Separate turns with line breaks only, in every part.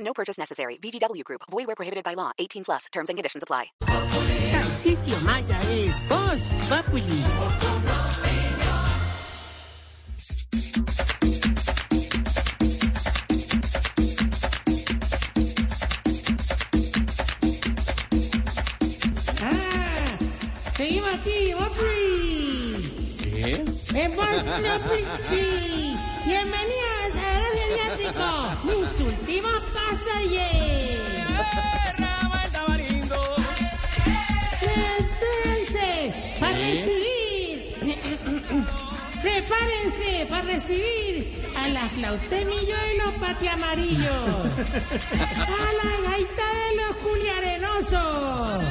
No purchase necessary. VGW Group. Void where prohibited by law. 18 plus. Terms and conditions apply.
Tarcisio Maya eh. es Voz Populi. Ah, seguimos aquí, Populi. Es Voz Populi. Bienvenidos a Radio Atlético, mis últimos pasajes. Prepárense para recibir. Prepárense para recibir a la flautemillo y los patiamarillos. A la gaita de los culiarenosos.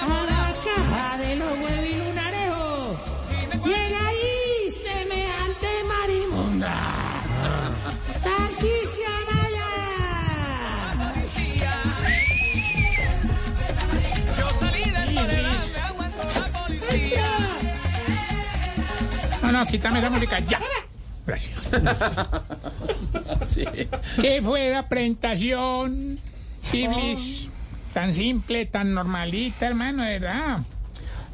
A la caja de los huevilunarejos. Llega ahí semejante marimunda. Tarcisio Anaya.
No, no, quítame esa música ya. Gracias. ¿Qué fue la presentación, Chiblis? Tan simple, tan normalita, hermano, de ¿verdad?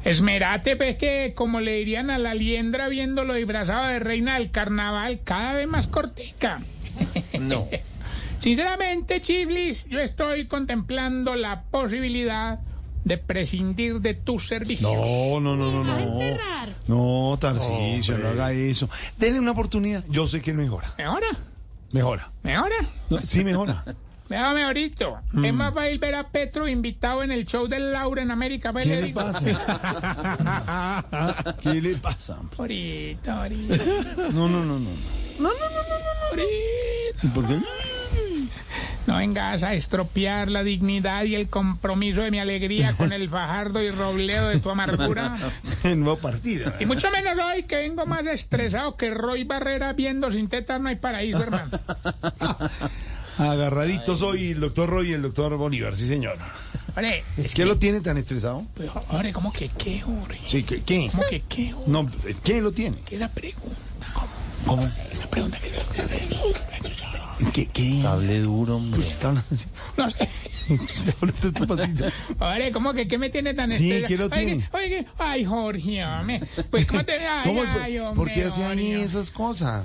Esmerate, pues que, como le dirían a la liendra viéndolo disfrazado de reina del carnaval, cada vez más cortica.
No.
Sinceramente, Chiblis, yo estoy contemplando la posibilidad de prescindir de tus servicios.
No, no, no, no,
Me va a
Oh.
no.
enterrar.
No, Tarcicio, no haga eso. Denle una oportunidad. Yo sé que él mejora.
¿Mejora?
Mejora.
¿Mejora?
No, sí, mejora.
Vea mejorito.
Mm.
Es más fácil ver a Petro invitado en el show de Laura en América. pues, ¿Qué
¿Qué le pasa? ¿Qué le pasa? hombre?
Ahorita, ahorita,
No, no, no, no.
ahorita.
¿Y por qué?
No vengas a estropear la dignidad y el compromiso de mi alegría con el fajardo y robledo de tu amargura.
En nuevo partido.
Y mucho menos hoy que vengo más estresado que Roy Barrera viendo sin tetas no hay paraíso, hermano.
Agarraditos hoy el doctor Roy y el doctor Bolívar, sí, señor.
Hombre, es
¿Qué lo tiene tan estresado?
que, hombre, ¿cómo que qué, hombre?
Sí, ¿qué? ¿Qué?
¿Cómo que qué, hombre?
No, es ¿qué lo tiene?
¿Qué es la pregunta? ¿Cómo?
¿Cómo?
La pregunta que...
¿Qué? ¿Qué?
Hable duro,
¿Por
hombre.
qué está hablando así?
No sé.
Está hablando tu pasito.
Ahora, ¿cómo que qué me tiene tan
Sí,
estresado?
¿qué lo tiene?
Oye, oye, ay, Jorge, hombre. Pues, ¿cómo te... Ay,
¿Cómo?
ay,
¿Por-
hombre,
¿Por qué hace ahí
Jorge.
esas cosas?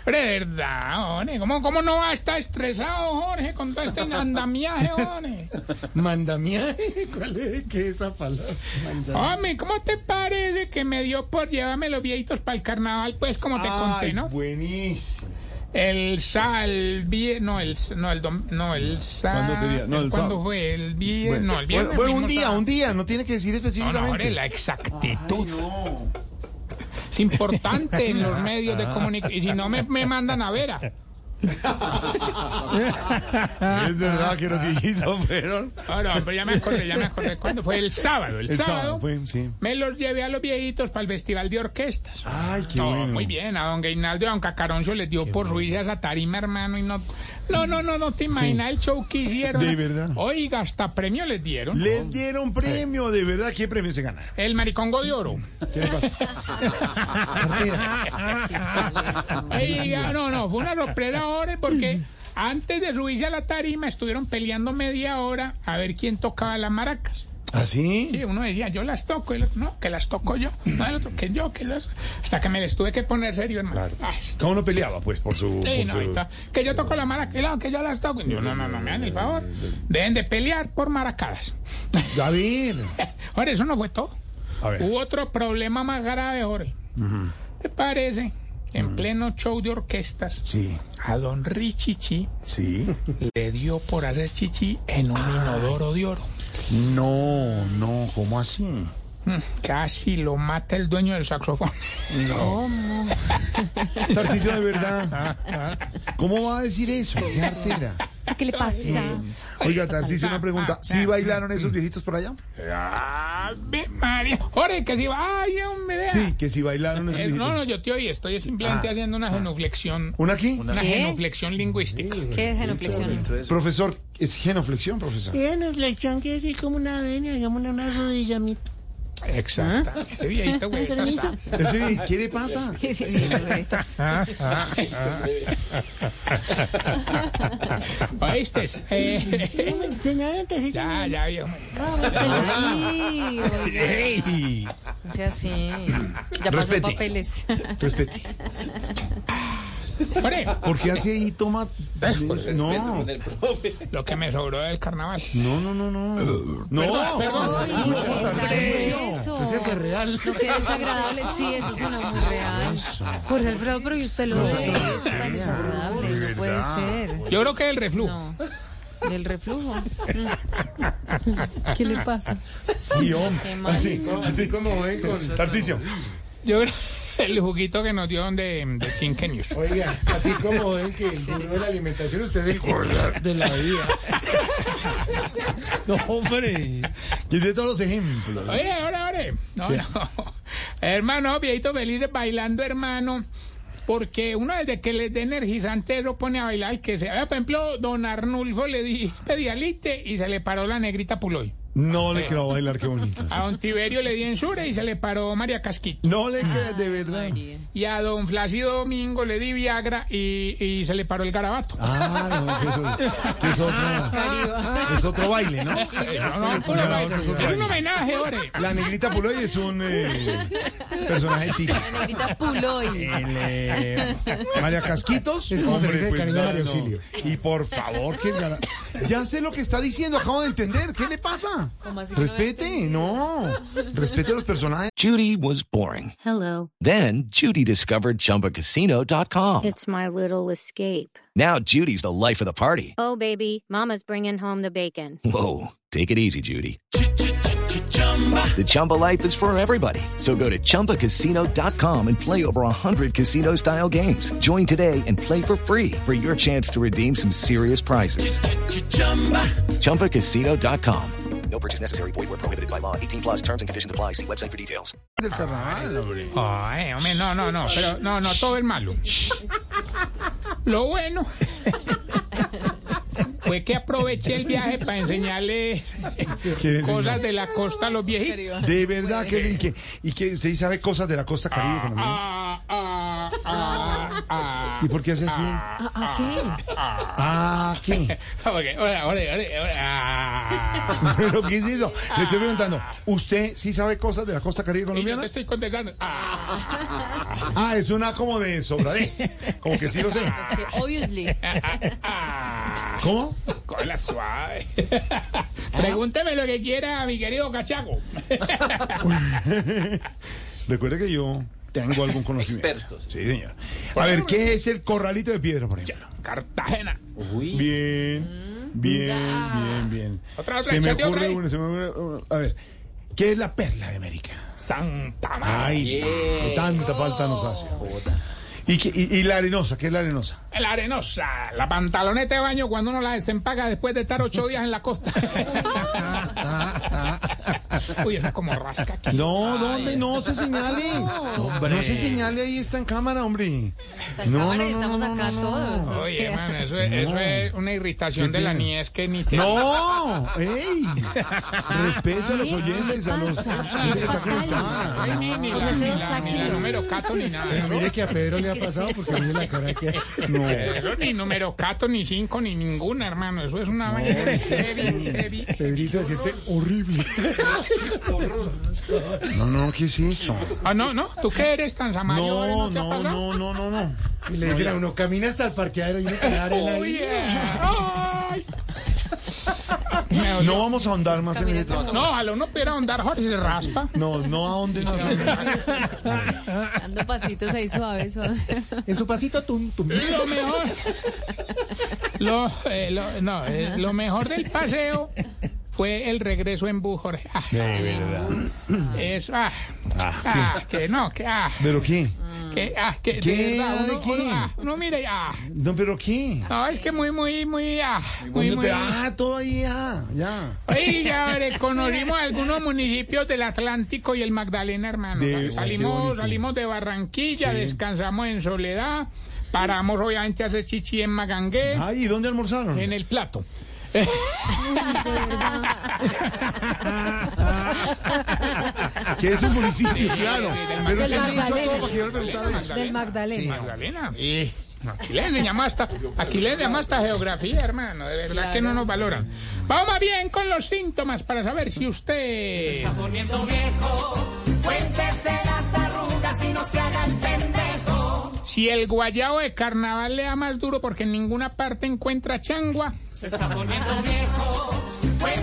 Hombre, de verdad, hombre. ¿Cómo, ¿Cómo no va a estar estresado, Jorge, con todo este andamiaje, hombre?
Mandamiaje, ¿cuál es? ¿Qué es esa palabra?
Hombre, ¿cómo te parece que me dio por llevarme los viejitos para el carnaval? Pues, como te conté, ¿no?
Buenísimo.
El sal... vie- No, el... No, el... dom- No, el sal...
¿Cuándo sería? No, el
¿Cuándo
sábado.
fue? El viernes...
Bueno,
no, el viernes...
bueno, bueno, un
fuimos
día,
a-
un día, no tiene que decir
No, no, hombre,
específicamente.
la exactitud.
No.
Es importante en los medios de comunicación. Y si no, me, me mandan a Vera.
es verdad que lo que hizo fueron.
Ahora, pero ya me acordé, ya me acordé. ¿Cuándo fue? El sábado. El,
El
sábado,
sábado fue, sí.
me los llevé a los viejitos para el Festival de Orquestas.
Ay, qué
No,
bueno.
muy bien, a don Gainaldo y a don Cacaroncio les dio por subirse a esa tarima, hermano, y no... No, no, no, no te imaginas el show que hicieron.
De verdad.
Oiga, hasta premio les dieron.
Les dieron premio, de verdad, ¿qué premio se ganaron?
El maricongo de oro.
¿Qué le pasa?
Oiga, no, no, fue una sorpresa ahora porque antes de subirse a la tarima estuvieron peleando media hora a ver quién tocaba las maracas.
¿Ah, ¿Así?
Sí, uno decía, yo las toco, y el otro, no, que las toco yo, no, el otro, que yo, que las... Hasta que me les tuve que poner serio, hermano. Ay, sí,
¿Cómo no peleaba, pues, por su. por
no,
su-
ahí está. Que yo toco la maraca, no, que yo las toco. Y Yo, no, no, no, me dan el favor. Deben de pelear por maracadas.
David.
Ahora, eso no fue todo.
A ver.
Hubo otro problema más grave, Jorge. ¿Te parece? En pleno show de orquestas,
Sí,
a don Richichi
sí.
le dio por hacer chichi en un inodoro de oro.
No, no, ¿cómo así?
Casi lo mata el dueño del saxofón.
Tarcicio, de verdad. ¿Cómo va a decir eso? Qué artera.
¿Qué le pasa?
Oiga, Tarcicio, una pregunta.
Ah.
¿Sí bailaron esos viejitos por allá?
Ave María. Ore, que si va. Ay, hombre, vea.
Sí, que sí bailaron esos
Eh, no, no,
viejitos.
yo te oí. Estoy simplemente haciendo una genuflexión.
¿Una aquí?
Una
¿Qué?
genuflexión lingüística.
¿Qué es genuflexión?
Profesor, ¿es genoflexión, profesor?
genuflexión quiere decir como una venia, digamos una, una rodilla, mi-
Exacto. Ese viejito, güey.
Con permiso.
¿Ah?
Ese, ¿Qué le pasa?
¿Qué se viene de estos?
¿Oíste? Eh,
Señor, antes
ya, ya, viejo.
Ay, oiga,
Ey.
o sea, sí. Ya pasó
Respete.
papeles.
Respete.
Ore,
¿Por qué hace ahí toma? pues, No,
lo que me sobró del carnaval.
no, no, no, no. No,
Ay, ¿qué tal eso?
real.
No, qué desagradable. Sí, eso suena muy real. Jorge Alfredo, pero ¿y usted lo ve? Eso tan desagradable. No puede ser.
Yo creo que el reflujo.
No. Del reflujo. ¿Qué le pasa?
Sí, hombre.
Qué mal.
Así, así como ven con Tarcicio.
Yo creo el juguito que nos dio de, de Quinquenius.
Oiga, así como ven que el gurú de la alimentación, usted es el gurú de la vida.
No, hombre. Y de todos los ejemplos.
Oye, ahora, ahora. No, no. Hermano, viejito feliz bailando, hermano. Porque uno desde que les dé energizante lo pone a bailar que se vea. Por ejemplo, don Arnulfo le di pedialite y se le paró la negrita Puloy.
No le creo bailar, qué bonito.
A don Tiberio le di ensure y se le paró María Casquito.
No
Ah,
le creas, de verdad.
Y a don Flácido Domingo le di Viagra y, y se le paró el garabato.
Ah, no, que eso- que es otro, es otro baile, ¿no?
Eh, no, no,
puro
no,
baile.
es un homenaje, ore.
La negrita Puloy es un eh, personaje típico.
Negrita Puloy.
El, eh, María Casquitos
Es como se
Hombre,
dice de
pues,
cariño a María
no.
Auxilio.
Y por favor, que gana- ya sé lo que está diciendo, acabo de entender. ¿Qué le pasa?
¿Cómo así que no
Respete, no. Respete a los personajes.
Judy was boring.
Hello,
Then Judy discovered ChumbaCasino.com.
it's my little escape.
Now Judy's the life of the party.
Oh, baby, Mama's bringing home the bacon.
Whoa, take it easy, Judy. The Chumba life is for everybody. So go to ChumbaCasino.com and play over 100 casino style games. Join today and play for free for your chance to redeem some serious prizes. ChumbaCasino.com. No purchase necessary. Void where prohibited by law. 18 plus terms and conditions apply. See website for details.
del carnaval, hombre.
Ay, hombre, no, no, no, pero no, no, todo es malo. Lo bueno fue que aproveché el viaje para enseñarles
¿Quiere enseñar?
cosas de la costa a los viejitos.
De verdad que y que y que usted sabe cosas de la costa caribe colombiana.
Ah, ah, ah, ah.
¿Y por qué hace así?
¿A, a qué?
Ah, ¿qué?
Ok, ahora, ahora, ahora, ahora, ah.
¿Pero qué es eso? Le estoy preguntando, ¿usted sí sabe cosas de la costa caribe
Y yo
colombiana?
te estoy contestando. Ah.
Ah, es una como de sobradez. Como que sí lo sé.
Es que, obviously.
¿Cómo?
ah. Con la suave. Pregúnteme lo que quiera, mi querido cachaco.
Recuerde que yo tengo algún conocimiento. Expertos. Sí, señor. A ver, ¿qué es el corralito de piedra, por ejemplo?
Cartagena.
Bien,
Mm,
bien, bien, bien.
Otra, otra,
se me
échate otra
ocurre
ahí.
uno, se me ocurre uno. A ver, ¿qué es la perla de América?
Santa María.
Ay,
Ah,
que tanta falta nos hace. ¿Y, qué- y, y la arenosa? ¿Qué es la arenosa?
La arenosa, la pantaloneta de baño cuando uno la desempaca después de estar ocho días en la costa. Uy, es como rasca aquí.
No, ¿dónde? No se señale. No se señale, ahí está en cámara, hombre.
Está en cámara y estamos acá todos. o
Oye,
sea.
man, eso es, eso es una irritación de la niñez que ni te...
No, ey, respete a los oyentes, a los.
pasa?
Está conectada.
Ay, ni, ni la, ni la- ni la número cato ni nada.
Pero
¿no?
mire que a Pedro le ha pasado porque mire la cara que hace.
No.
Eso ni número cato, ni cinco, ni ninguna, hermano. Eso es una vaina heavy, heavy.
Pedrito decía este horrible.
No, no, ¿qué es eso?
Ah, no, no. ¿Tú qué eres tan samario?
No, no,
te ha
no,
pasado?
no, no, no.
Y le dicen a uno, camina hasta el parqueadero y uno con la arena
Uy,
ahí.
eh, ay. Me dolió.
No vamos a ahondar más en el tema.
No, ojalá uno pudiera ahondar, Jorge, se raspa.
No, no ahonden más.
Dando pasitos ahí suave, suave.
En su pasito tum tum.
Lo mejor. Lo, eh, lo- no, eh, lo mejor del paseo fue el regreso en bus, Jorge. Ah,
De verdad.
eso, ah, ah, que no, que ah,
¿Pero qué?
que ah, que de
¿Qué?
verdad,
¿De
uno,
qué?
uno, ah, uno mira y ah,
No, ¿pero qué?
no, es que muy, muy, muy, ah, muy,
¿Dónde
muy.
te- Ah, todo ahí, ya, ya.
Oiga, reconocimos algunos municipios del Atlántico y el Magdalena, hermano.
De- ay, qué
salimos,
bonito.
salimos de Barranquilla, descansamos en Soledad, paramos obviamente a hacer chichi en Magangué,
Ay, ¿y dónde almorzaron?
en el plato.
Ah. Que es un municipio,
Sí,
claro.
del
Pero
Magdalena.
usted me hizo todo para que yo le preguntara eso.
Del Magdalena.
Magdalena. Aquí le enseñamos hasta, aquí le enseñamos hasta geografía, hermano. De verdad que no nos valoran. Vamos más bien con los síntomas para saber si usted. Si el guayao de carnaval le da más duro porque en ninguna parte encuentra changua.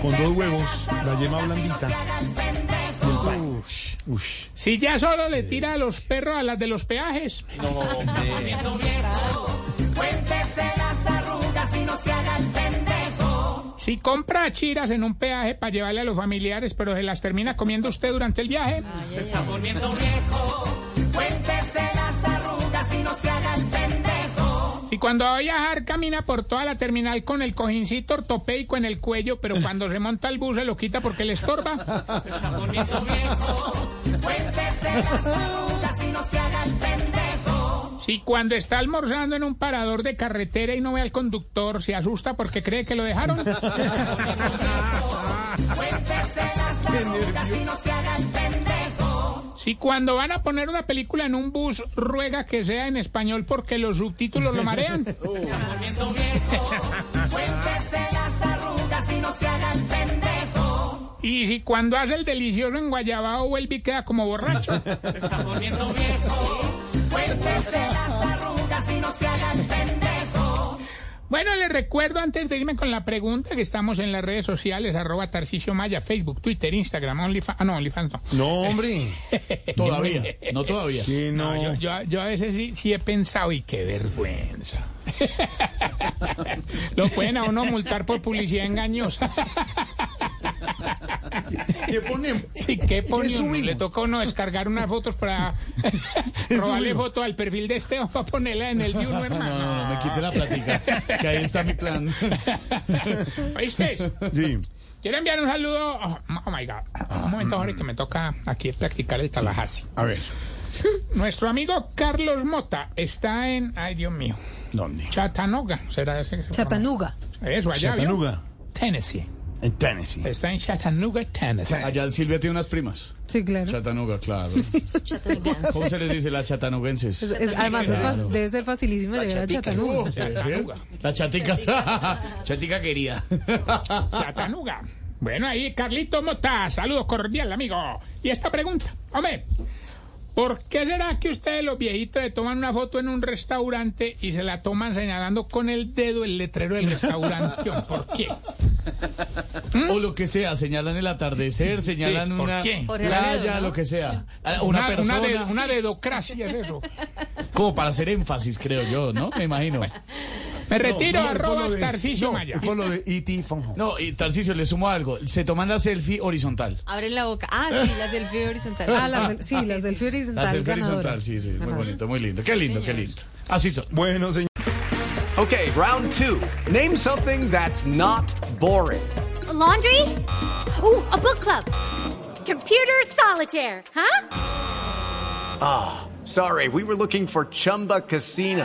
Con dos huevos, la yema blandita. y el pan. Ush.
Si ya solo le tira a los perros a las de los peajes. Si compra chiras en un peaje para llevarle a los familiares, pero se las termina comiendo usted durante el viaje. Si cuando va a viajar camina por toda la terminal con el cojincito ortopédico en el cuello, pero cuando se monta el bus se lo quita porque le estorba. Si cuando está almorzando en un parador de carretera y no ve al conductor, se asusta porque cree que lo dejaron. Si cuando van a poner una película en un bus, ruega que sea en español porque los subtítulos lo marean. Y si cuando hace el delicioso en Guayabao vuelve y queda como borracho. Bueno, les recuerdo antes de irme con la pregunta que estamos en las redes sociales, arroba Tarcicio Maya, Facebook, Twitter, Instagram, OnlyFans. Ah, no, OnlyFans no.
No, hombre.
Todavía, no todavía.
Que Eh. no.
No, yo, Ah, yo- yo a veces sí, sí he pensado, y qué vergüenza. Lo pueden a uno multar por publicidad engañosa.
¿Qué ponen?
Sí, qué pone uno?
subimos?
Le toca a uno descargar unas fotos para robarle
subimos?
foto al perfil de Esteban para ponerla en el de uno,
No,
hermano.
no, no, me quité la plática. Que ahí está mi plan.
¿Oíste?
Sí.
Quiero enviar un saludo. Oh, oh my God. Un momento, Jorge, que me toca aquí practicar el Tallahassee.
A ver,
Nuestro amigo Carlos Mota está en. Ay, Dios mío.
¿dónde?
Chattanooga. ¿Será ese que se
Chatanuga.
pronuncia? Eso, allá. ¿vio?
Chattanooga,
Tennessee.
en Tennessee.
Está en Chattanooga, Tennessee.
Allá Silvia tiene unas primas.
Sí, claro.
Chatanuga, claro. ¿Cómo se les dice las chatanuguenses?
Es- además, es fa- debe ser facilísimo llegar a Chatanuga.
Debe ser. Las chaticas. Chatica querida.
Chattanooga. Bueno, ahí Carlito Mota, saludos cordial, amigo. Y esta pregunta, hombre, ¿por qué será que ustedes los viejitos se toman una foto en un restaurante y se la toman señalando con el dedo el letrero del restaurante? ¿Por qué?
O lo que sea, señalan el atardecer, señalan
Sí, ¿por
una
qué?
Por el dedo,
playa,
¿no?
lo que sea. Ah, Una persona.
una, dedo- una dedocracia es eso.
Como para hacer énfasis, creo yo, ¿no? Me imagino.
Me retiro,
No, no,
arroba
por lo de-
Tarcisio
no,
Maya.
Por lo de E.T. Fonjo.
No, y Tarcicio, le sumo algo. Se toman la selfie horizontal.
Abren la boca. Ah, sí, las del frío horizontal.
Ah, las del- sí, las del Fiori
La
Horizontal
selfie
ganadora.
horizontal, sí, sí. Muy bonito, muy lindo. Qué lindo, qué lindo. Así son.
Bueno, señor.
Okay, round two. Name something that's not boring.
laundry? Ooh, a book club. Computer solitaire, huh?
Ah, Sorry, we were looking for Chumba Casino.